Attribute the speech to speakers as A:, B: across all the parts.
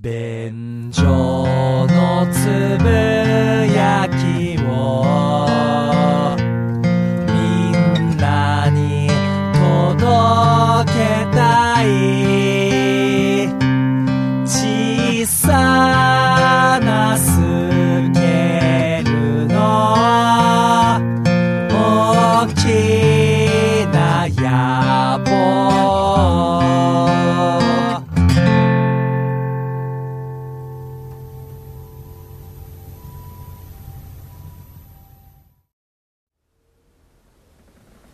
A: 便所のつぶやきをみんなに届けたい小さなスケールの大きな野望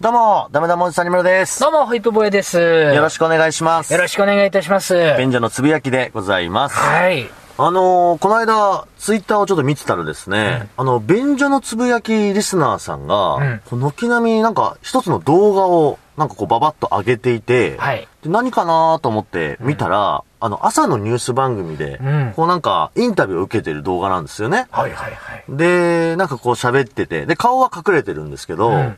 B: どうも、ダメダメおじさんにむろです。
C: どうも、ホイップボーイです。
B: よ
C: よ
B: ろしくお願いします。
C: ろしくお願いいたします。
B: 便所のつぶやきでございます。
C: はい。
B: あのーこの間、ツイッターをちょっと見てたらですね、あの、便所のつぶやきリスナーさんが、
C: ん
B: こう軒並みなんか一つの動画を、なんかこうババッと上げていて、
C: はい
B: で何かなと思って見たら、あの、朝のニュース番組で、
C: うん
B: こうなんかインタビューを受けてる動画なんですよね。
C: はいはいはい。
B: で、なんかこう喋ってて、で、顔は隠れてるんですけど、
C: ん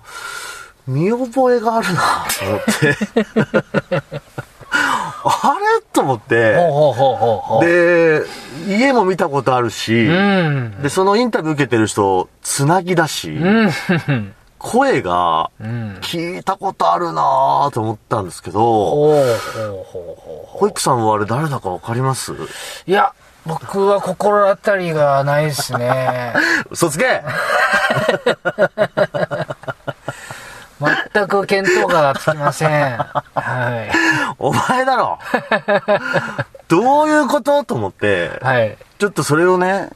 B: 見覚えがあるなと思って、 あれと思って、
C: ほうほうほうほうほう。
B: で、家も見たことあるし、
C: うん。
B: で、そのインタビュー受けてる人、つなぎだし、
C: うん。
B: 声が、
C: うん。
B: 聞いたことあるなぁと思ったんですけど、
C: ほうほうほうほうほ
B: ホイップさんはあれ誰だかわかります
C: う。いや、僕は心当たりがないですね。
B: 嘘つけ
C: 全く見当がつきません。は
B: お前だろどういうことと思って
C: い。、はい。
B: ちょっとそれをね、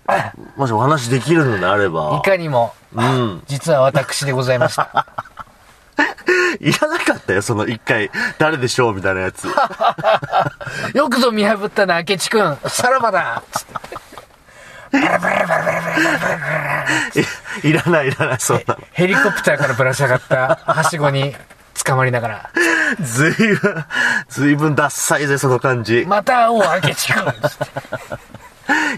B: もしお話できるのであれば
C: い、かにも、
B: うん。
C: 実は私でございました。
B: いらなかったよ、その一回、誰でしょうみたいなや つ。
C: よくぞ見破ったな、明智くん。さらばだ。つって
B: いいらない、いらない、そんなの。
C: ヘリコプターからぶら下がった、はしごに捕まりながら。
B: ずいぶん、ずいぶんダッサいぜ、その感じ。
C: また王明智君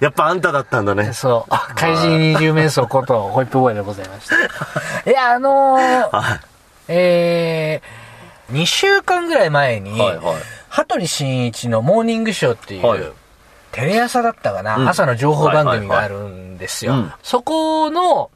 B: やっぱあんただったんだね。
C: そう。怪人二十面相こと、ホイップボーイでございま した。いや、あのー、
B: はい。
C: えー、2週間ぐらい前に、
B: はいはい
C: 羽鳥慎一のモーニングショーっていう、
B: はい
C: テレ朝だったかな、
B: うん
C: 朝の情報番組があるんですよ。
B: はいはいはいうん
C: そこの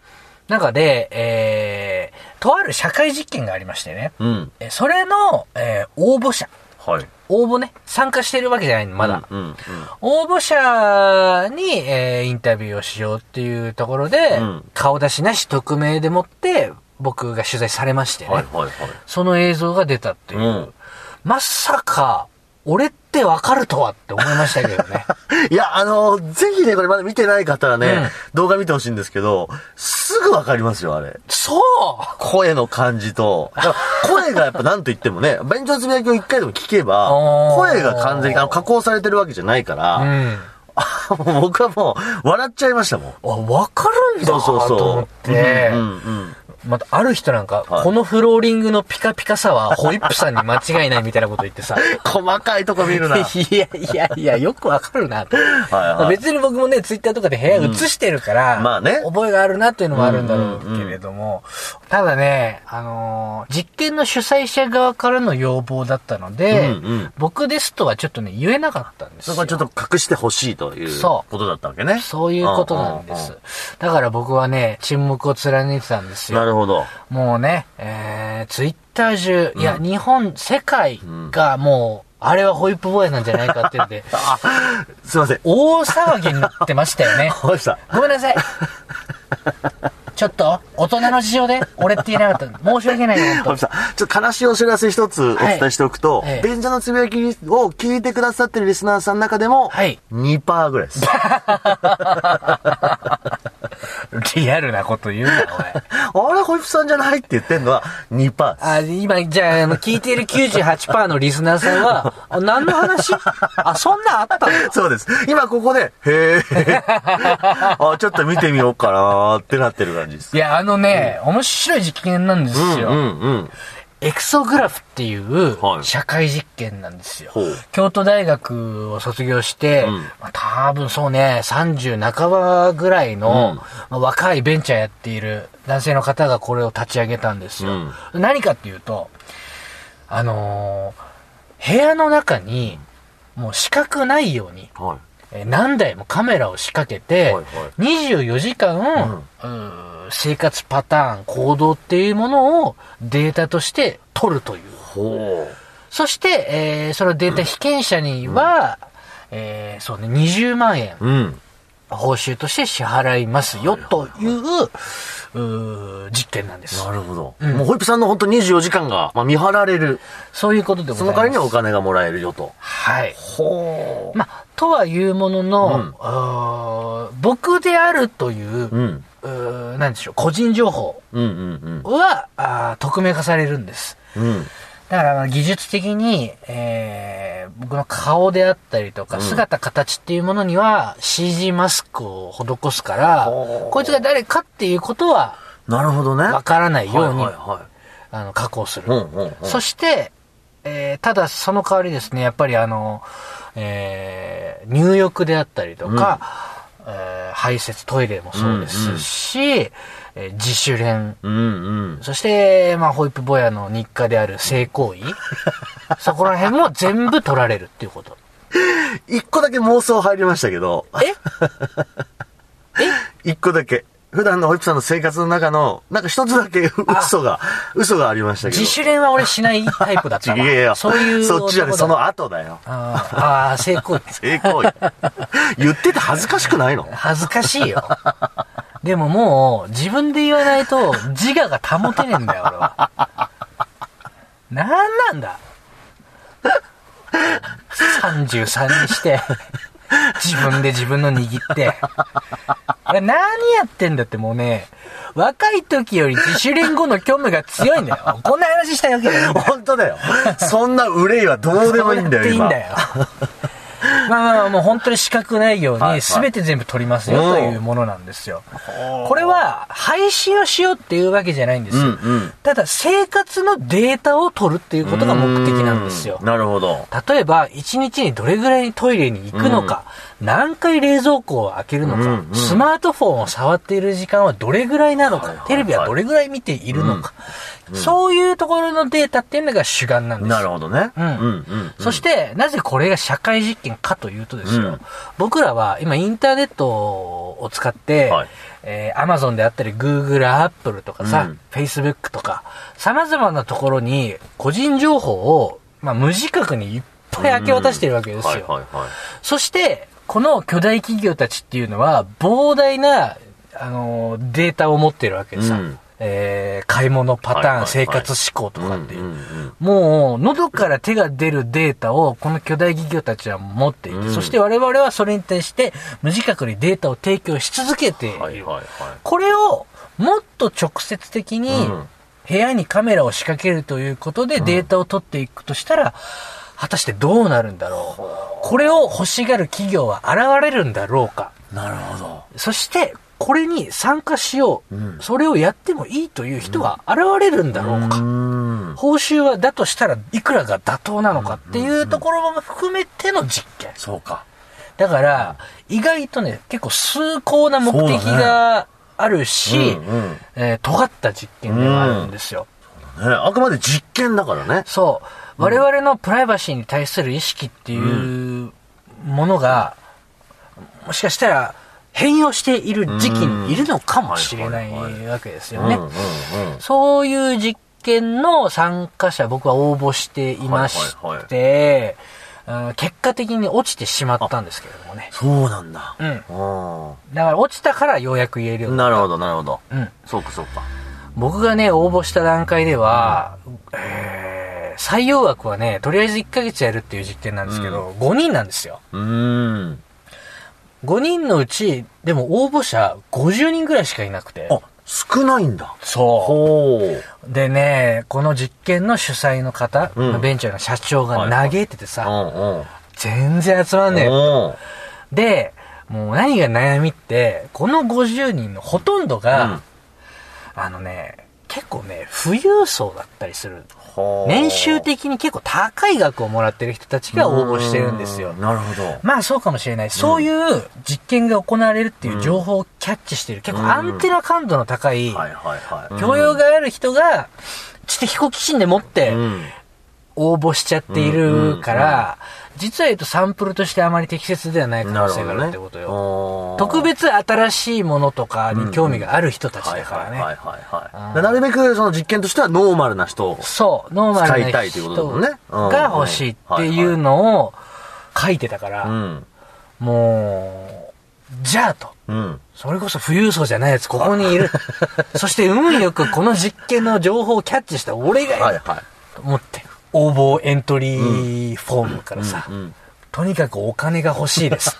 C: 中で、えー、とある社会実験がありましてね、
B: うん。
C: えそれの、えー応募者、
B: はい。
C: 応募ね、参加してるわけじゃないの、まだ。
B: うん、うん、
C: 応募者に、えーインタビューをしようっていうところで、
B: うん
C: 顔出しなし匿名でもって僕が取材されましてね、
B: はい、はい、はい。
C: その映像が出たっていう、
B: うん
C: まさか俺ってわかるとはって思いましたけど ね
B: いや、あのぜひね、これまだ見てない方はね、
C: うん
B: 動画見てほしいんですけど、すぐわかりますよ、あれ。
C: そう
B: 声の感じと、だから声がやっぱなんと言ってもね、 便所のつぶやきを一回でも聞けば
C: お、ー
B: 声が完全にあの加工されてるわけじゃないから、
C: うん
B: あもう僕はもう、笑っちゃいましたもん。
C: あわかるんだ
B: そうそうそう。
C: と思って、
B: うんうん
C: またある人なんか、
B: はい
C: このフローリングのピカピカさはホイップさんに間違いないみたいなこと言って さ
B: 細かいとこ見るな。はい
C: いやいやいや、よくわかるなと。
B: はい。
C: 別に僕もね、ツイッターとかで部屋映してるから、
B: うんまあね
C: 覚えがあるなっていうのもあるんだろうけれども、ただね、あのー実験の主催者側からの要望だったので、
B: うんうん
C: 僕ですとはちょっとね、言えなかったんです
B: そ
C: よ。
B: こはちょっと隠してほしいという
C: そう
B: ことだったわけね。
C: そういうことなんです
B: うう。
C: だから僕はね、沈黙を貫いてたんです
B: うん。な
C: よ。
B: るほど。
C: もうね、えー、ツイッター中、いや、日本、世界がもう、あれはホイップボーイなんじゃないかって言 って、
B: すいません。
C: 大騒ぎになってましたよ ね。
B: おいさん。
C: ごめんなさい。ちょっと、大人の事情で、俺って言えなかった。申し訳ないよ、
B: お
C: 本
B: いさん。ちょっと悲しいお知らせ一つお伝えしておくと
C: はいえ、え
B: 便所のつぶやきを聞いてくださってるリスナーさんの中でも、
C: はい
B: 2%ぐらいです。
C: 当リアルなこと言うな、おい。
B: あれ、ホイップさんじゃないって言ってんのは2%です。
C: あ、今、じゃあ、あの、聞いている98%のリスナーさんは、あ何の話あ、そんなんあったの
B: そうです。今ここで、へえ、 あ、ちょっと見てみようかなーってなってる感じです
C: い。や、あのね、面白い実験なんですよ。
B: うんうん。
C: エクソグラフっていう
B: はい
C: 社会実験なんですよ。
B: ほう
C: 京都大学を卒業して、
B: ん
C: まあ多分そうね、30半ばぐらいの、
B: う
C: まあ
B: ん
C: 若いベンチャーやっている男性の方がこれを立ち上げたんですよ。何かっていうと、あのー部屋の中に、もう四角ないように、
B: はい。
C: えー何台もカメラを仕掛けて、
B: はいは
C: 24時間、うー生活パターン、行動っていうものをデータとして取るという。
B: ほ
C: そして、えーそのデータ被験者には、えーそうね、20万円
B: う。うん。
C: 報酬として支払いますよという、うー実験なんです。
B: なるほど。もうホイップさんの本当24時間が、まあ、見張られる。
C: そういうことでござ
B: そ
C: い
B: の
C: ます。
B: 代わりにはお金がもらえるよと。
C: はい。
B: ほ
C: まあ、とはいうものの、
B: ん
C: うー僕であるという、
B: う。うん。
C: うーなんでしょう、個人情報
B: うんうん
C: は、あー匿名化されるんです。
B: うん。うん。
C: だからまあ、技術的に、えー僕の顔であったりとか、姿、形っていうものには CG マスクを施すから、
B: ほう
C: こいつが誰かっていうことは
B: なるほどね。
C: わからないように、
B: はいは
C: あの、加工する。
B: いはい。うんうんうん。
C: そして、えーただその代わりですね、やっぱりあの、えー入浴であったりとか、えー排泄トイレもそうですし、えー自主練、
B: うんうん。
C: そして、まあ、ホイップボヤの日課である性行 為、そこら辺も全部取られるっていうこと。
B: 一個だけ妄想入りましたけど、
C: え
B: 一個だけ。普段のホイップさんの生活の中の、なんか一つだけ嘘が、嘘がありましたけど。
C: 自主練は俺しないタイプだったわ
B: いやいや、
C: そういう男だ。
B: そっちじゃね、その後だよ。
C: あーあー、性行為。
B: 成功 よ言ってて恥ずかしくないの
C: 恥ずかしいよ。でももう、自分で言わないと自我が保てねえんだよ、俺は。なんなんだ ?33 にして、自分で自分の握って。俺何やってんだってもうね、若い時より自主練後の虚無が強いんだよ。こんな話したいわけだよ。
B: 本当だよ。そんな憂いはどうでもいいんだよ、
C: そう
B: 今。
C: やっていいんだよ。まあまあまあ、もう本当に資格ないよう
B: はいはい
C: に、すべて全部取りますよというものなんですよ。これは、配信をしようっていうわけじゃないんです
B: うんう
C: よ。
B: ん。
C: ただ、生活のデータを取るっていうことが目的なんですよ
B: うーん。なるほど。
C: 例えば、1日にどれぐらいトイレに行くのか、何回冷蔵庫を開けるのか、
B: うんうん
C: スマートフォンを触っている時間はどれぐらいなのか、
B: はいはい
C: テレビはどれぐらい見ているのか、そういうところのデータっていうのが主眼なんですよ
B: なるほどね。
C: うん
B: うんうん。
C: そして、なぜこれが社会実験かというとですよ、
B: うん
C: 僕らは今インターネットを使って、
B: はい
C: えー Amazon であったり Google、Apple とかさ、
B: うん
C: Facebook とか、様々なところに個人情報を、まあ、無自覚にいっぱい明け渡してるわけですよ。
B: はいはいはい。
C: そして、この巨大企業たちっていうのは、膨大な、あのー、データを持ってるわけでさ、
B: うん
C: えー買い物パターン、
B: はいはいはい
C: 生活思考とかっていう。
B: うんうんうん
C: もう、喉から手が出るデータを、この巨大企業たちは持っていて、
B: うん
C: そして我々はそれに対して、無自覚にデータを提供し続けている。
B: はいはいはい。
C: これを、もっと直接的に
B: うん、
C: 部屋にカメラを仕掛けるということでデータを取っていくとしたら、果たしてどうなるんだろう。これを欲しがる企業は現れるんだろうか。
B: なるほど。
C: そして、これに参加しよう、
B: うん
C: それをやってもいいという人は現れるんだろうか。
B: うん。
C: 報酬はだとしたらいくらが妥当なのかっていうところも含めての実験。
B: そうか。
C: だから、意外とね、結構崇高な目的
B: そう
C: があるし、
B: うんうん
C: えー尖った実験でもあるんですよ。
B: ね、あくまで実験だからね。
C: そう。我々のプライバシーに対する意識っていうものが、もしかしたら変容している時期にいるのかもしれないわけですよね。
B: うんうんうん。
C: そういう実験の参加者、僕は応募していまして、
B: はいはい
C: うん結果的に落ちてしまったんですけれどもね。
B: そうなんだ。
C: うん。
B: あ
C: だから落ちたからようやく言えるよ
B: ー
C: うに
B: なるほど、なるほど。
C: うん。
B: そうかそうか。
C: 僕がね、応募した段階では、えー採用枠はね、とりあえず1ヶ月やるっていう実験なんですけど、5人なんですよ。
B: うーん。
C: 5人のうち、でも応募者50人ぐらいしかいなくて。
B: あ、少ないんだ。
C: そう。
B: ほう。
C: でね、この実験の主催の方、
B: うん
C: ベンチャーの社長が
B: はいはい
C: 嘆いててさ、
B: うんうん。
C: 全然集まんねえ。
B: うん
C: で、もう何が悩みって、この50人のほとんどが、あのね、結構ね、富裕層だったりする。
B: ほう
C: 年収的に結構高い額をもらってる人たちが応募してるんですよ
B: うー。なるほど。
C: まあそうかもしれない。そういう実験が行われるっていう情報をキャッチしてる。結構アンテナ感度の高い、
B: はいはいはい。
C: 教養がある人が、知的好奇心でもって
B: うん。
C: 応募しちゃっているから、実は言うとサンプルとしてあまり適切ではない可
B: な
C: 能
B: る
C: 性
B: ほ
C: が
B: ど
C: ある
B: ね。
C: ってことよ。
B: よ
C: 特別新しいものとかに興味がある人たち
B: はい
C: だから
B: はい
C: ね。
B: はいはいは
C: うん
B: い。でなるべくその実験としてはノーマルな人を。
C: そう、ノーマル
B: 使い
C: な
B: たいという
C: 人
B: ことだもんねうん
C: が欲しいっていうのを書いてたか
B: う
C: ら、
B: ん。
C: もう、じゃあと。
B: うん。
C: それこそ富裕層じゃないやつここにい る。そして運よくこの実験の情報をキャッチした俺がいる
B: はいは
C: と思って、応募エントリーフォームからさ、
B: い。うん。
C: とにかくお金が欲しいです。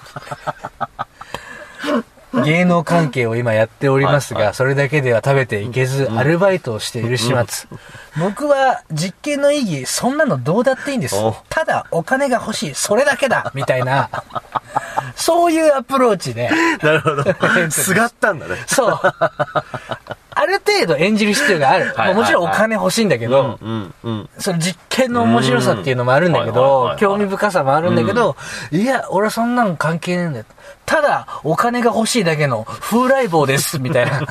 C: 芸能関係を今やっております
B: はい
C: が、それだけでは食べていけず、アルバイトをしている始末。僕は実験の意義、そんなのどうだっていいんです
B: お。
C: ただお金が欲しい、それだけだ、みたいな、そういうアプローチで、
B: なるほど。すがったんだね。
C: そう。ある程度演じる必要がある。
B: はいはいはい
C: まあもちろんお金欲しいんだけど、
B: うんうん。
C: その実験の面白さっていうのもあるんだけ
B: うんはいはいはい
C: ど
B: は、い
C: 興味深さもあるんだけど、いや、俺はそんなの関係ねえんだよ。ただ、お金が欲しいだけの風来坊です、みたいな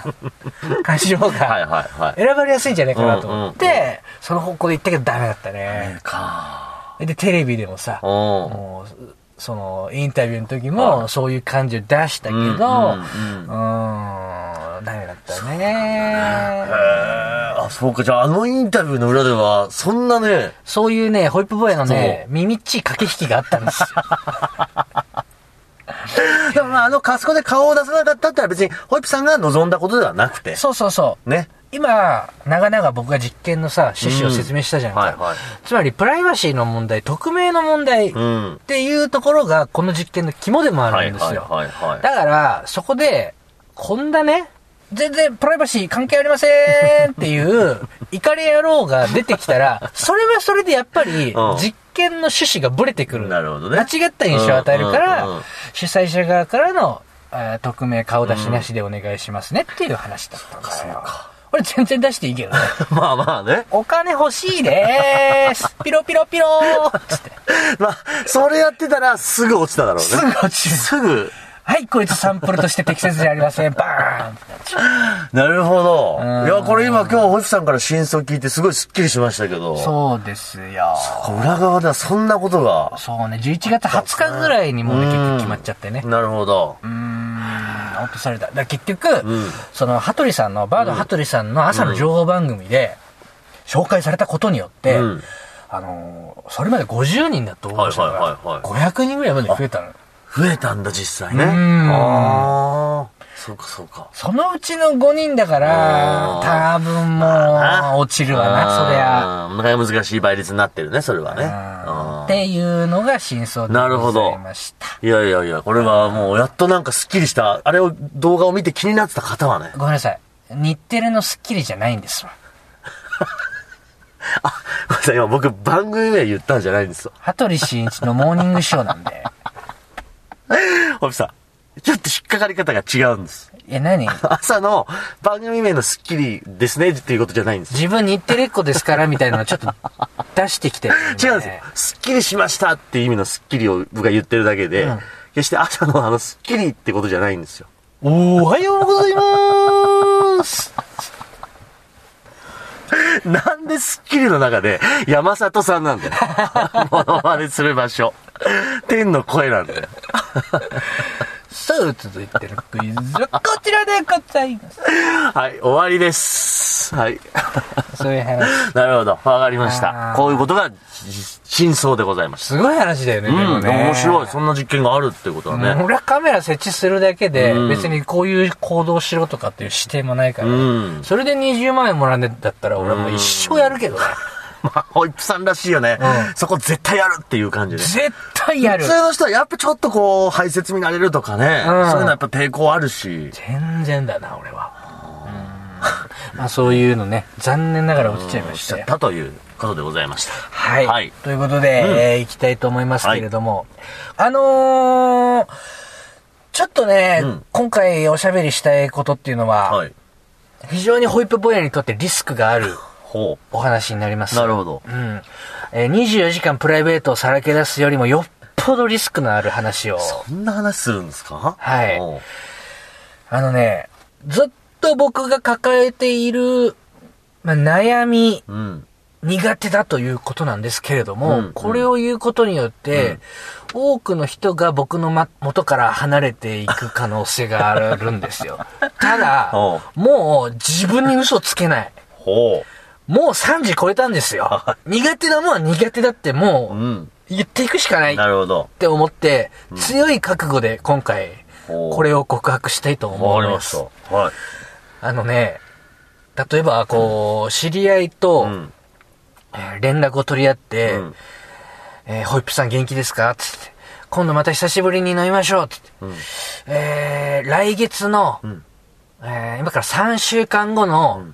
C: 感じの方
B: はい
C: が、
B: はいはい。
C: 選ばれやすいんじゃないかなと思っ
B: うん
C: て、その方向で行ったけどダメだったね。
B: か
C: で、テレビでもさ、
B: おー
C: もう、その、インタビューの時
B: は
C: も、そういう感じを出したけど、う
B: うんうんうん
C: ーん、ダメだったね。
B: あ、そうか。じゃあ、あのインタビューの裏では、そんなね、
C: そういうね、ホイップボーイのね、耳っちい駆け引きがあったんですよ。
B: でもまあ、あの、カスコで顔を出さなかったってのは別に、ホイップさんが望んだことではなくて。
C: そうそうそう。
B: ね。
C: 今、長々僕が実験のさ、趣旨を説明したじゃんか。
B: はいはい。
C: つまり、プライバシーの問題、匿名の問題っ
B: うん。
C: ていうところが、この実験の肝でもあ
B: は
C: る
B: い
C: んですよ。
B: はいはいはい。
C: だから、そこで、こんなね、全然プライバシー関係ありませんって いう、怒り野郎が出てきたら、それはそれでやっぱり、
B: うん
C: 実験の趣旨がブレてくる。
B: なるほどね
C: 間違った印象を与えるから、
B: うんうんうん
C: 主催者側からの、あー匿名顔出しなしでお願いしますねっていう話だったんですよ。俺全然出していいけ どね。
B: まあまあね。
C: お金欲しいでーすピロピロピローつって。
B: まあ、それやってたらすぐ落ちただろうね。
C: すぐ落ちる。
B: すぐ。
C: はい、こいつサンプルとして適切じゃありません。バーンってなっちゃう
B: なるほど。
C: ん
B: いや、これ今今日、ホイップさんから真相聞いてすごいスッキリしましたけど。
C: そうですよ。
B: 裏側ではそんなことが。
C: そうね、11月20日ぐらいにもうね、結局決まっちゃってね。
B: なるほど。
C: うーん、落とされた。だから結局、その、羽鳥さんの、バード羽鳥さんの朝の情報番組で、紹介されたことによって、
B: うん
C: あのーそれまで50人だと思ってたから、
B: はいはいは
C: 500人ぐらいまで増えたの。
B: 増えたんだ、実際ね。
C: うん
B: ああ。そうかそうか。
C: そのうちの5人だから
B: あ、
C: 多
B: ー
C: 分もう、落ちるわな、そりゃ。
B: あー。なかなか難しい倍率になってるね、それはね。
C: うんっ
B: あ
C: ていうのが真相で
B: なる
C: ご
B: ほど
C: ざいました。
B: ーいやいやいや、これはもうやっとなんかスッキリした、あれを動画を見て気になってた方はね。
C: ごめんなさい。日テレのスッキリじゃないんですわ。
B: あ、ごめんなさい、今僕番組名言ったんじゃないんですよ。
C: 羽鳥慎一のモーニングショーなんで。
B: ホイップさん。ちょっと引っかかり方が違うんです。
C: いや何、
B: 朝の番組名のスッキリですねっていうことじゃないんです。
C: 自分日テレっ子ですからみたいなのちょっ と出してきてる、
B: 違うんですよ。スッキリしましたっていう意味のスッキリを僕が言ってるだけで、
C: うん
B: 決して朝のあのスッキリってことじゃないんですよ。
C: おはようございます
B: なんでスッキリの中で山里さんなんだよ。 モノマネする場所。天の声なんだよ。
C: さあ、続いてるクイズはこちらでございます。
B: はい、終わりです。はい。
C: そういう話。
B: なるほど。わかりまし
C: あ
B: た
C: ー。
B: こういうことがじ真相でございました。
C: すごい話だよね、
B: うん、
C: でもね。
B: 面白い。そんな実験があるってことはね。
C: 俺はカメラ設置するだけで、
B: うん
C: 別にこういう行動しろとかっていう指定もないから、
B: うん
C: それで20万円もらうんだったら俺はもう一生やる けどね。
B: まあ、ホイップさんらしいよね。
C: うん
B: そこ絶対やるっていう感じで。
C: 絶対やる
B: 普通の人はやっぱちょっとこう、排泄になれるとかね。
C: うん
B: そういうのはやっぱ抵抗あるし。
C: 全然だな俺はうん まあそういうのね残念ながら落ちちゃいま
B: し
C: し
B: ち
C: た
B: ゃ
C: よ
B: ったということでございました。
C: はい、
B: はい
C: ということで、
B: うん
C: えー行きたいと思いますけれども、あのー、ちょっとね、
B: うん
C: 今回おしゃべりしたいことっていうのは、
B: はい。
C: 非常にホイップボヤにとってリスクがある
B: ほ
C: お話になりま
B: う。
C: す
B: なるほど。
C: うんえー24時間プライベートをさらけ出すよりもよっぽどリスクのある話を
B: そんな話するんですか
C: はい
B: おう
C: あのね、ずっと僕が抱えている、まあ、悩み
B: うん。
C: 苦手だということなんですけれども、
B: うん
C: これを言うことによって、多くの人が僕の、ま、元から離れていく可能性があるんです よ。ただ
B: おう、
C: もう自分に嘘つけない。
B: ほ
C: もう3時超えたんです よ。苦手なもんは苦手だって
B: う。う。
C: もうん言っていくしかないっ
B: なるほど。
C: て思って、強い覚悟で今回、
B: おう
C: これを告白したいと思
B: わ
C: い
B: かり
C: ま。
B: ますした。はい。
C: あのね、例えばこう、知り合いと、
B: うん。
C: えー連絡を取り合って、
B: うん
C: えーホイップさん元気ですかつって。今度また久しぶりに飲みましょうつって。
B: うん。
C: えー、来月の、
B: ん
C: えー今から3週間後の、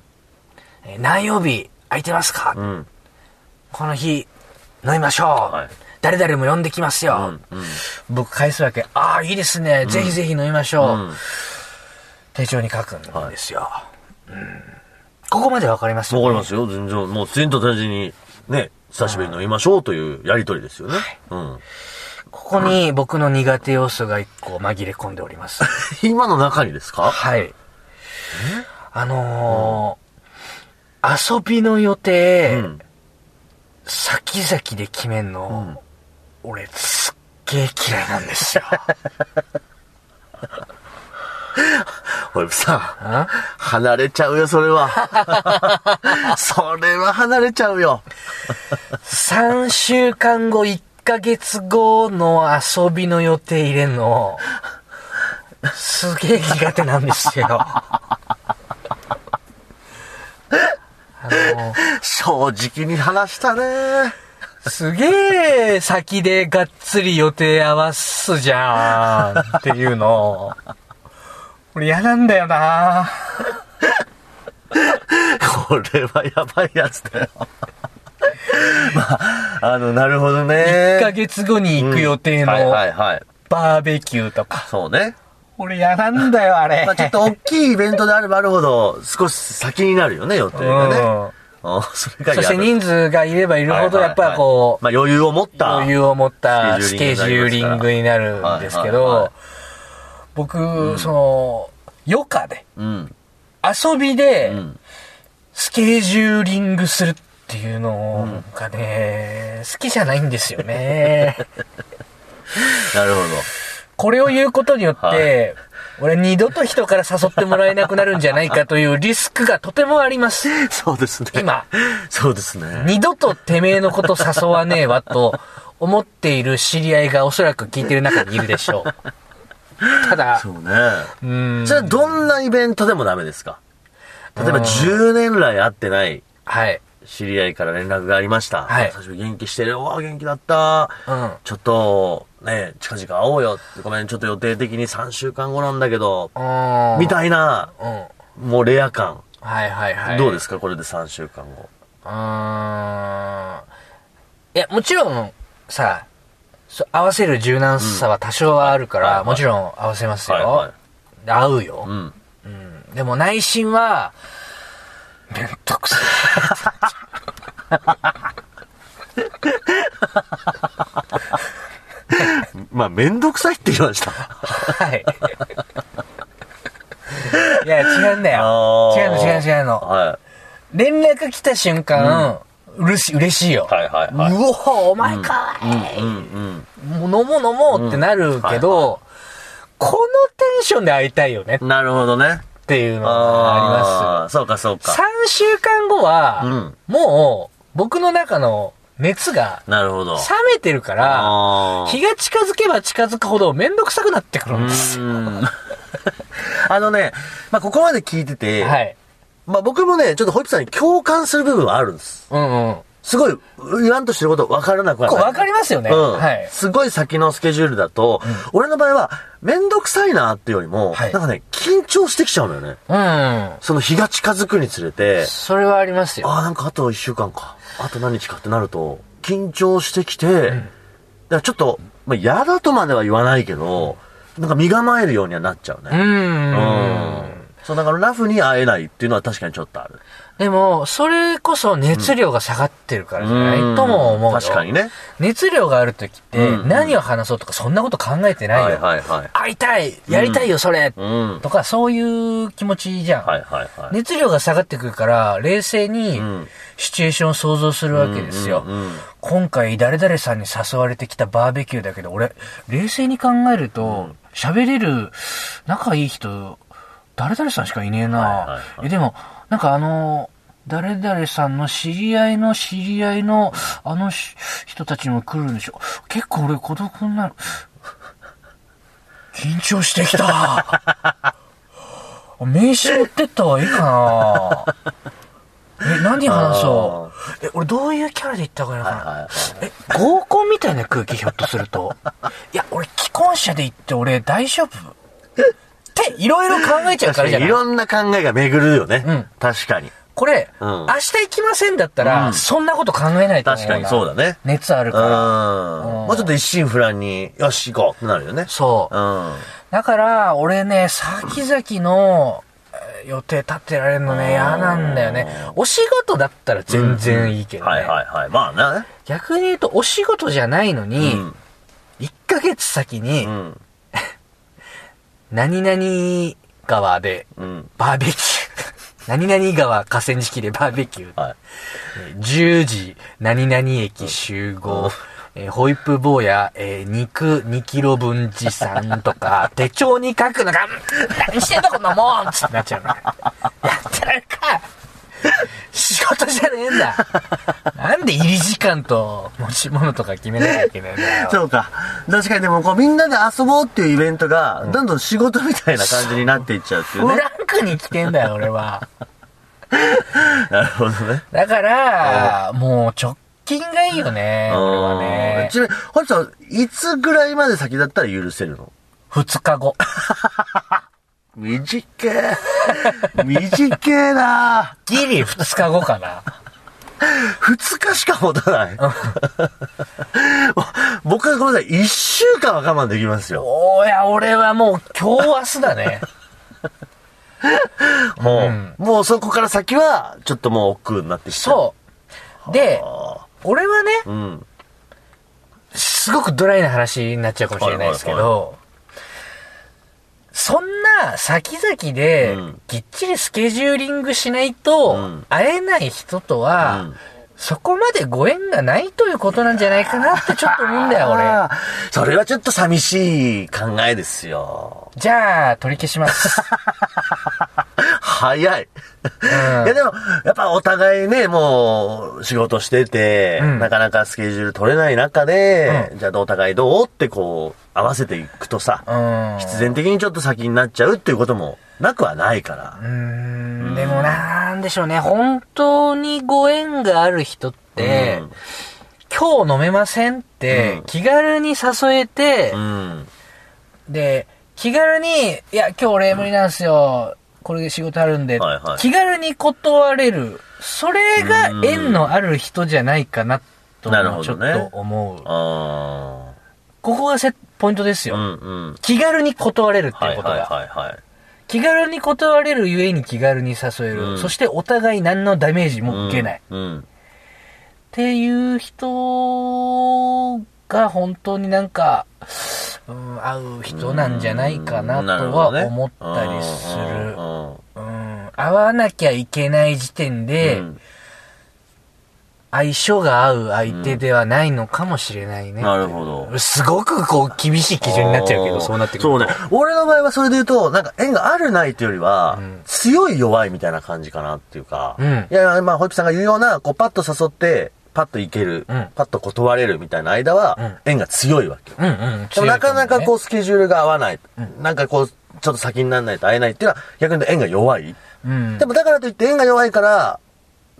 C: えー何曜日空いてますか、
B: うん。
C: この日、飲みましょう、
B: はい
C: 誰々も呼んできますよ、
B: うん。うん。
C: 僕返すわけ。ああ、いいですね、ぜひぜひ飲みましょう。
B: うん
C: 手帳に書くんですよ。うん、ここまでわかりますよ
B: わ
C: ね
B: かりますよ。全然、もう全と同時に、ね、久しぶりに飲みましょうというやりとりですよね。うん。
C: ここに僕の苦手要素が一個紛れ込んでおります。
B: 今の中にですか
C: はい。あのー遊びの予定、
B: うん。
C: 先々で決めんの、俺すっげえ嫌いなんですよ。
B: ホイップさん。
C: ん
B: 離れちゃうよ、それは。 それは離れちゃうよ。
C: 3週間後、1ヶ月後の遊びの予定入れんの、すげえ苦手なんです よ。あのー
B: 正直に話したね。
C: すげえ先でがっつり予定合わすじゃんっていうの。俺嫌なんだよな
B: これはやばいやつだよ。 まあ、あの、なるほどね。
C: 1ヶ月後に行く予定
B: うんはい
C: の
B: はいはい。
C: バーベキューとか。
B: そうね。
C: 俺嫌なんだよ、あれ。
B: まあ、ちょっと大きいイベントであればあるほど、少し先になるよね、予定がね。あそれ
C: う
B: が
C: ん。そして人数がいればいるほど、やっぱりこう、
B: まあ、余裕を持った。
C: 余裕を持ったス
B: ス
C: ケ
B: ケ
C: ジ
B: ジ
C: ュ
B: ュ
C: ー
B: ー
C: リ
B: リ
C: ン
B: ン
C: グ
B: グ
C: に
B: に
C: なるんですけ
B: はいはいは
C: ど
B: い、
C: 僕、その、余暇で、
B: うん。
C: 遊びで、
B: うん。
C: スケジューリングするっていうのがね、好きじゃないんですよね。
B: なるほど。
C: これを言うことによって、
B: は
C: 俺二度と人から誘ってもらえなくなるんじゃないかというリスクがとてもあります。
B: そうですね。
C: 今。
B: そうですね。
C: 二度とてめえのこと誘わねえわと思っている知り合いがおそらく聞いてる中にいるでしょう。ただ
B: そ、うね。
C: うーん
B: じゃあ、どんなイベントでもダメですか例えば、10年来会ってない
C: はい。
B: 知り合いから連絡がありました。
C: はい
B: 久しぶり元気してる。うわ、元気だった。
C: うん
B: ちょっと、ね、近々会おうよって。ごめん、ちょっと予定的に3週間後なんだけど。
C: うーん。
B: みたいな、
C: うん。は
B: もうレア感。
C: いはいはい。
B: どうですかこれで3週間後。
C: うーんいや、もちろん、さ、そ合わせる柔軟さは多少はあるから、
B: はいはい
C: もちろん合わせますよ。
B: はいはい
C: で合うよ、
B: うん。
C: でも内心は、めんどくさ
B: まあ、めんどくさいって言いました。
C: い。はい。いや、違うんだよ。違うの違うの違うの。
B: は
C: 連絡来た瞬間、うれしい、嬉しいよ。
B: はいはいはいう
C: おーお前かーい、
B: い。うんうん。
C: もう飲もう飲もうってなるけど、このテンションで会いたいよね
B: なるほどね。
C: っていうのがあり
B: ああー、そうかそう
C: ます。
B: か。
C: 3週間後は、もう僕の中の熱が
B: なるほど。
C: 冷めてるから、
B: あー
C: 日が近づけば近づくほどめんどくさくなってくるんです
B: う
C: よ。
B: ん あのね、まあ、ここまで聞いてて、
C: はい。
B: まあ、僕もね、ちょっとホイップさんに共感する部分はあるんです。
C: うんうん。
B: すごい、言わんとしてること分からなくは
C: こ
B: な
C: う
B: い。
C: わかりますよね。
B: うん、
C: はい。
B: すごい先のスケジュールだと、俺の場合は、めんどくさいなっていうよりも、
C: はい
B: なんかね、緊張してきちゃうのよね。
C: うん。
B: その日が近づくにつれて、
C: それはありますよ。
B: ああ、なんかあと一週間か。あと何日かってなると、緊張してきて、だからちょっと、まあ、嫌だとまでは言わないけど、なんか身構えるようにはなっちゃう
C: う
B: ね。
C: ん。
B: うんそう、だからラフに会えないっていうのは確かにちょっとある。
C: でも、それこそ熱量が下がってるからじゃない、
B: うん
C: とも思うよ
B: 確かにね。
C: 熱量がある時って、
B: うん
C: 何を話そうとかそんなこと考えてないよ。
B: はいはいはい。
C: 会いたいやりたいよ、それ、
B: うん。はい
C: とか、そういう気持ちじゃん。
B: はいはい。
C: 熱量が下がってくるから、冷静に
B: ん
C: シチュエーションを想像するわけですよ。
B: うんうんうん
C: 今回、誰々さんに誘われてきたバーベキューだけど、俺、冷静に考えると、喋、れる仲いい人、誰々さんしかいねえな、
B: はいはいはい
C: えでも、なんかあの、誰々さんの知り合いの知り合いのあのし人たちも来るんでしょ。結構俺孤独になる。緊張してきた。名刺持ってった方がいいかなえ、何話そうえ、俺どういうキャラで行った方がいいのかな、
B: はいはい
C: え、合コンみたいな空気ひょっとすると。いや、俺既婚者で行って俺大丈夫って、いろいろ考えちゃうか
B: 確
C: らじゃな
B: かにい
C: い
B: ろんな考えが巡るよね。
C: うん
B: 確かに。
C: これ、
B: うん
C: 明日行きませんだったら、
B: うん
C: そんなこと考えないと思う
B: 確
C: な。
B: かにそうだね。
C: 熱あ
B: う
C: る
B: ん。
C: から。
B: まあちょっと一心不乱に、よし、行こうってなるよね。
C: そう
B: う。ん。
C: だから、俺ね、先々のえー予定立てられるのね、嫌なんだよね。お仕事だったら全然いいけどね。
B: はいはいはい。まあね。
C: 逆に言うと、お仕事じゃないのに、
B: うん
C: 1ヶ月先に
B: う、ん。
C: 何々川で
B: うん。
C: バー ベキュー。何々川河川敷でバーベキュー。
B: はい。
C: 10時、何々駅集合。えーホイップ坊や、えー肉2キロ分持参と か、手帳に書くのが、何してんだこんなもんつってなっちゃうの。やってられるか仕事じゃねえんだ。なんで入り時間と持ち物とか決めなきゃいけないんだよ。
B: そうか。確かにでも、こう、みんなで遊ぼうっていうイベントが、どんどん仕事みたいな感じになっていっちゃうっていう
C: フ
B: ね。
C: ランクに来てんだよ、俺は。
B: なるほどね。
C: だから、もう直近がいいよね、俺は
B: う
C: ね
B: ん。ちなみに、ホルさん、いつぐらいまで先だったら許せるの
C: 二日後。
B: 短え。短えな
C: ギリ二日後かな。
B: 二日しか持たない。 僕はごめんなさい、一週間は我慢できますよ。
C: おや、俺はもう今日明日だね。
B: もう、もうそこから先は、ちょっともう億劫になってきて。
C: そう。で、俺はね、
B: う。うん。
C: すごくドライな話になっちゃうかもしれないですけど、
B: はいは
C: そんな先々で
B: うん
C: ぎっちりスケジューリングしないと
B: うん
C: 会えない人とは、
B: うん
C: そこまでご縁がないということなんじゃないかなってちょっと思うんだよ、俺。
B: あーそれはちょっと寂しい考えですよ。
C: じゃあ、取り消します。
B: 早い。
C: うん
B: いやでも、やっぱお互いね、もう、仕事してて、
C: うん
B: なかなかスケジュール取れない中で、じゃあお互いどうってこう、合わせていくとさ、
C: うん。
B: 必然的にちょっと先になっちゃうっていうこともなくはないから。
C: うーんでもなんでしょうね、本当にご縁がある人って、
B: うん
C: 今日飲めませんって
B: うん
C: 気軽に誘えて
B: う、ん。
C: で、気軽に、いや、今日俺無理なんすよ、これで仕事あるんで、
B: はいはい
C: 気軽に断れる、それが縁のある人じゃないかなと、
B: なるほ
C: ちょ
B: ど
C: っ
B: ね
C: と思う。
B: あ
C: ここがせポイントです
B: あ。
C: よ。
B: うんうん。
C: 気軽に断れるってい
B: は
C: う
B: い
C: ことが。
B: はいはいはい。
C: 気軽に断れるゆえに気軽に誘える、
B: うん
C: そしてお互い何のダメージも受けない、っ
B: うん。うん。
C: ていう人が本当になんか、うん、合う人なんじゃないかなとは思ったりする、うん、合わなきゃいけない時点で、相性が合う相手ではないのかもしれないね、
B: なるほど。
C: すごくこう厳しい基準になっちゃうけどそうなってくると
B: そうね。俺の場合はそれで言うと、なんか縁があるないというよりは、
C: ん
B: 強い弱いみたいな感じかなっていうか、
C: うん
B: いや、まあ、ホイップさんが言うような、こう、パッと誘って、パッと行ける、
C: うん
B: パッと断れるみたいな間は、縁が強いわけよ。
C: うんうん
B: でもなかなかこう、スケジュールが合わない、
C: ん
B: なんかこう、ちょっと先にならないと会えないっていうのは、逆に言うと縁が弱い。
C: う、うん、
B: でもだからといって縁が弱いから、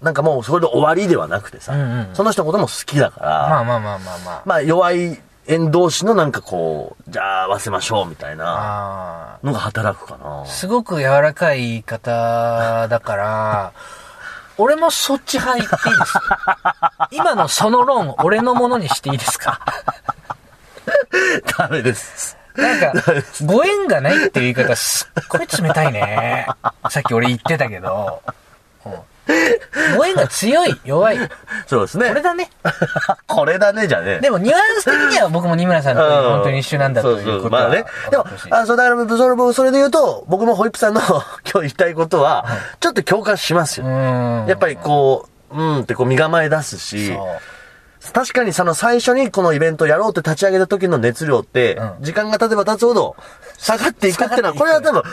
B: なんかもうそれで終わりではなくてさ、
C: うんうん
B: その人のことも好きだから、
C: まあまあまあまあまあ
B: まあ弱い縁同士のなんかこう、じゃあ合わせましょうみたいな
C: ああ
B: のが働くかな。
C: すごく柔らかい言い方だ から、俺もそっち派言っていいですか今のその論、俺のものにしていいですか
B: ダメです。
C: なん か、ご縁がないっていう言い方すっごい冷たいね。さっき俺言ってたけど。うんご縁が強い、弱い。こ
B: そうですね。
C: れだね。
B: これだね、じゃねえ。
C: でもニュアンス的には僕も二村さんと
B: うん
C: 本当に一緒なんだということは
B: そうそうまあね。でも
C: 分かってほしい、
B: あ、そう、だから、それも、それで言うと、僕もホイップさんの 今日言いたいことは、ちょっと共感しますよ。
C: うん。
B: やっぱりこう、うんってこう身構え出すし
C: そ、う。
B: 確かにその最初にこのイベントやろうって立ち上げた時の熱量って、
C: うん
B: 時間が経てば経つほど下がっていくっていうのは、
C: 下がっていく
B: これは多分、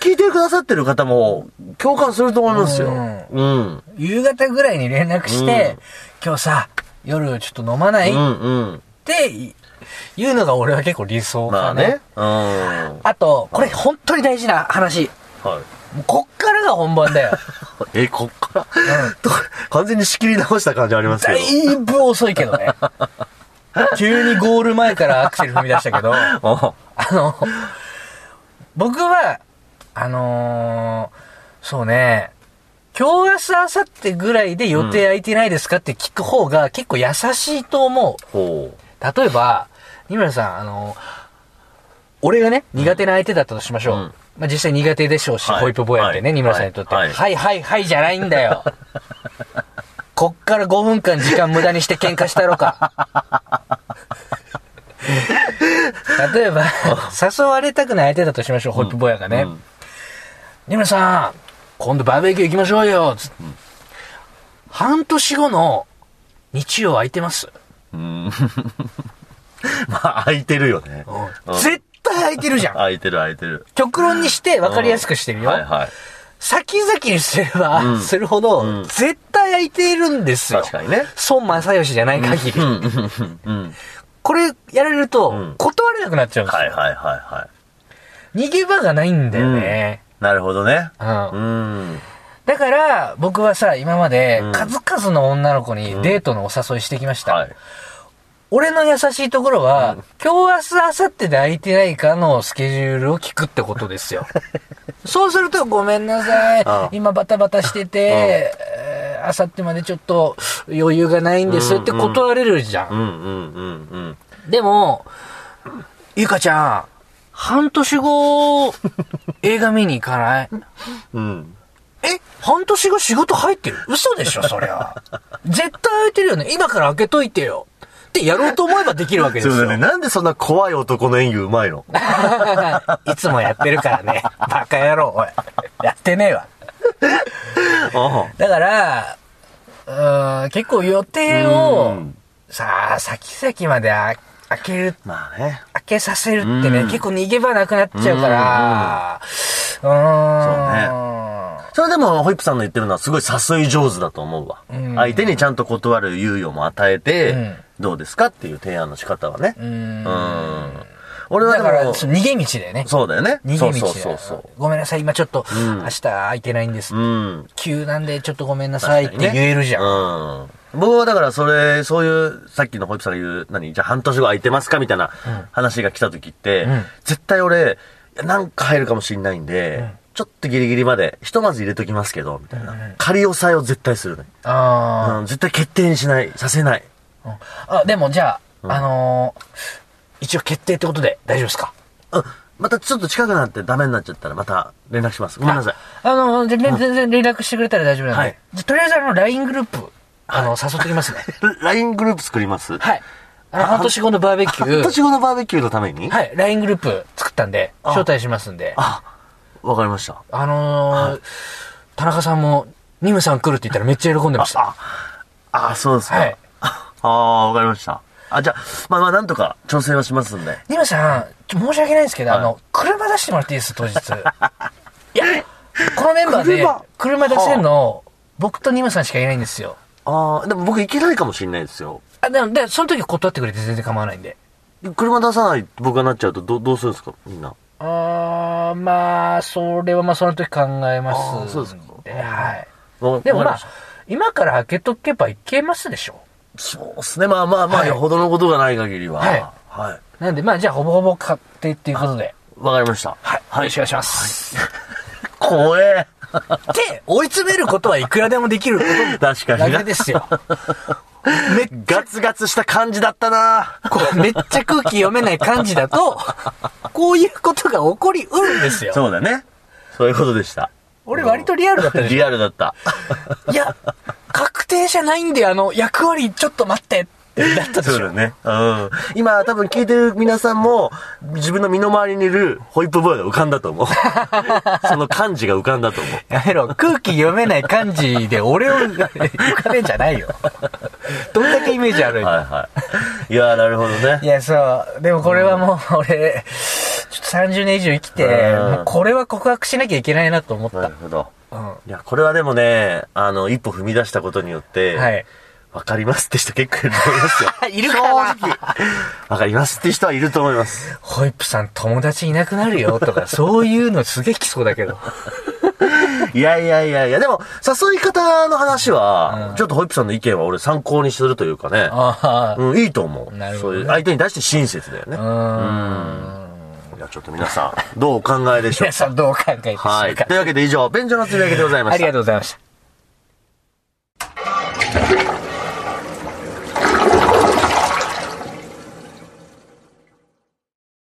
B: 聞いてくださってる方も共感すると思いますよ。うん。
C: 夕方ぐらいに連絡して、今日さ、夜ちょっと飲まない、
B: う
C: っ
B: んうん。
C: て言うのが俺は結構理想
B: まあ
C: かな。
B: ね。うん。は
C: あと、これ本当に大事な話。
B: い。
C: もうこっからが本番だ よ。
B: え、こっから、と完全に仕切り直した感じありますけ
C: だ
B: ど。
C: いぶ遅いけ どね。急にゴール前からアクセル踏み出したけど、あ
B: お
C: の、僕は、あのーそうね、今日明日明後日ぐらいで予定空いてないですかって聞く方が結構優しいと思う。
B: ほ
C: 例えば、二村さん、あの、俺がね、苦手な相手だったとしましょう。
B: うん
C: まあ実際苦手でしょうし、
B: はい
C: ホイップボーイってね、
B: はい
C: 二村さんにとって、は。
B: はいい
C: はいはいはいじゃないんだ よ。こっから5分間時間無駄にして喧嘩したろか。例え ば、誘われたくない相手だとしましょう、ホイップボーイが
B: う。
C: ね。
B: うん
C: 二村さん、今度バーベキュー行きましょうよ。つって半年後の日曜空いてます。
B: うん。まあ、空いてるよね。うん
C: 絶対空いてるじゃん。
B: 空いてる空いてる。
C: 極論にして分かりやすくしてるよ。
B: はいはい。
C: 先々にすれば、
B: うん
C: するほど、
B: うん
C: 絶対空いているんですよ。
B: 確かにね。
C: 孫正義じゃない限り。
B: うんうんうん。
C: これやられると、
B: うん
C: 断れなくなっちゃうんです
B: はい
C: よ。
B: はいはいは
C: 逃げ場がないんだよね。
B: い。なるほどね。
C: うん
B: うん。
C: だから、僕はさ、今まで
B: うん、
C: 数々の女の子にデートのお誘いしてきました。
B: はい。
C: 俺の優しいところは、今日明日明後日で空いてないかのスケジュールを聞くってことです よ。そうすると、ごめんなさい
B: ああ。
C: 今バタバタしてて、えー明後日までちょっと余裕がないんですって断れるじゃん。
B: うんうんうんうん。
C: でも、ゆかちゃん、半年後、映画見に行かない
B: うん。
C: え半年後仕事入ってる嘘でしょそりゃ。絶対空いてるよね。今から開けといてよ。ってやろうと思えばできるわけです
B: そ
C: よ。
B: うだね。なんでそんな怖い男の演技うま いの
C: いつもやってるから ね。バカ野郎、おい。やってねえわ。
B: あ
C: だから、うーん、結構予定を
B: う、ん
C: さあ、先々まであ開ける、
B: まあね。
C: 開けさせるってね、
B: うん
C: 結構逃げ場なくなっちゃうから、うーん。
B: それでも、ホイップさんの言ってるのはすごい誘い上手だと思うわ。
C: うん
B: 相手にちゃんと断る猶予も与えて、
C: うん
B: どうですかっていう提案の仕方はね。
C: う。
B: うんん。俺は
C: だ
B: で
C: から、
B: も、
C: そう逃げ道だよね。
B: そうだよね。
C: 逃げ道
B: そう
C: だ
B: そ
C: よ
B: うそうそ
C: ごめんなさい、今ちょっと、
B: うん
C: 明日空いてないんです。
B: う。うん。
C: 急なんで、ちょっとごめんなさいって言えるじゃん。
B: ん。僕はだからそれ、そういう、さっきのホイップさんが言う、何じゃあ半年後空いてますかみたいな話が来た時って、
C: うん
B: 絶対俺、いやなんか入るかもしんないんで、ちょっとギリギリまで、ひとまず入れときますけど、みたいな。仮押さえを絶対するね。
C: あー
B: うん、絶対決定にしない、させない。
C: うんあ、でもじゃあ、あのー一応決定ってことで大丈夫ですか
B: うん、またちょっと近くなってダメになっちゃったらまた連絡します。ごめんなさい。
C: あのーじゃあ全然連絡してくれたら大丈夫なんで。
B: はい
C: じゃあとりあえずあの、LINE グループ、あの、誘ってきますね。
B: LINE グループ作ります。
C: はいい。あの、半年後のバーベキ
B: 半
C: ュー、
B: 年後のバーベキューのために
C: はい、LINE グループ作ったんで、招待しますんで。あ、
B: あ、わかりました。
C: のー田中さんも、ニムさん来るって言ったらめっちゃ喜んでました。
B: あ、そうですか。
C: はい。
B: ああ、わかりました。あ、じゃあ、まあまあ、なんとか調整はしますんで。
C: ニムさん、ちょ申し訳ないんですけど、
B: はい
C: あの、車出してもらっていいです、当日。い や、このメンバーで
B: 車、
C: 車出せるの、僕とニムさんしかいないんですよ。
B: ああ、でも僕行けないかもしれないですよ。
C: あ、でも、で、その時断ってくれて全然構わないんで。
B: 車出さないって僕がなっちゃうと、ど、どうするんですかみんな。
C: あー、まあ、それはまあその時考えま
B: あー
C: す。
B: そうですか
C: はい。
B: わ
C: でも
B: わ
C: ま
B: か
C: あ
B: りし、
C: 今から開けとけばいけますでしょ。
B: たそうですね。まあまあま
C: は
B: あ、
C: い
B: よほどのことがない限りは。
C: はい
B: はい。
C: なんで、まあじゃあほぼほぼ確定っていうことで。
B: わかりました。
C: はい。よろしくお願いします。
B: 怖え。
C: で、追い詰めることはいくらでもできること
B: 確か
C: だ
B: に
C: け
B: な。
C: ですよ。
B: めガツガツした感じだったな。
C: こうめっちゃ空気読めない感じだと、こういうことが起こりうるんですよ。
B: そうだね。そういうことでした。
C: 俺割とリアルだったでし
B: リアルだった。
C: ょ。いや、確定じゃないんで、あの、役割ちょっと待ってってなったで
B: そう
C: し
B: だ
C: ょ。
B: ね。うん。今、多分聞いてる皆さんも、自分の身の回りにいるホイップボーイが浮かんだと 思う。その漢字が浮かんだと思う。
C: やめろ、空気読めない感じで俺を 浮かべんじゃないよ。どんだけイメージあるんだ
B: はいはい。いやー、なるほど
C: い
B: ね。
C: や、そう。でもこれはもう、俺、ちょっと30年以上生きて、
B: うん
C: もうこれは告白しなきゃいけないなと思っ
B: な
C: た
B: る。ほど。
C: うん。
B: いや、これはでもね、あの、一歩踏み出したことによって、
C: はい。
B: わかりますって人結構いると 思いますよ。
C: いるかな
B: 正直。わかりますって人はいると思います。
C: ホイップさん友達いなくなるよとか、そういうのすげえ来そうだけど。
B: いやいやいやいや、でも、誘い方の話は、
C: うん
B: ちょっとホイップさんの意見は俺参考にするというかね。
C: あ
B: うん、いいと思う。
C: なるほ
B: そ
C: どね
B: ういう相手に対して親切だよね。
C: あ。
B: いや、ちょっと皆さん、どうお考えで
C: うん。
B: しょう
C: 皆さんどう考えてしま
B: は
C: う
B: い。
C: か
B: と。いうわけで以上、便所のつぶやきでございま
C: あ
B: し
C: りが
B: た。
C: とうございました。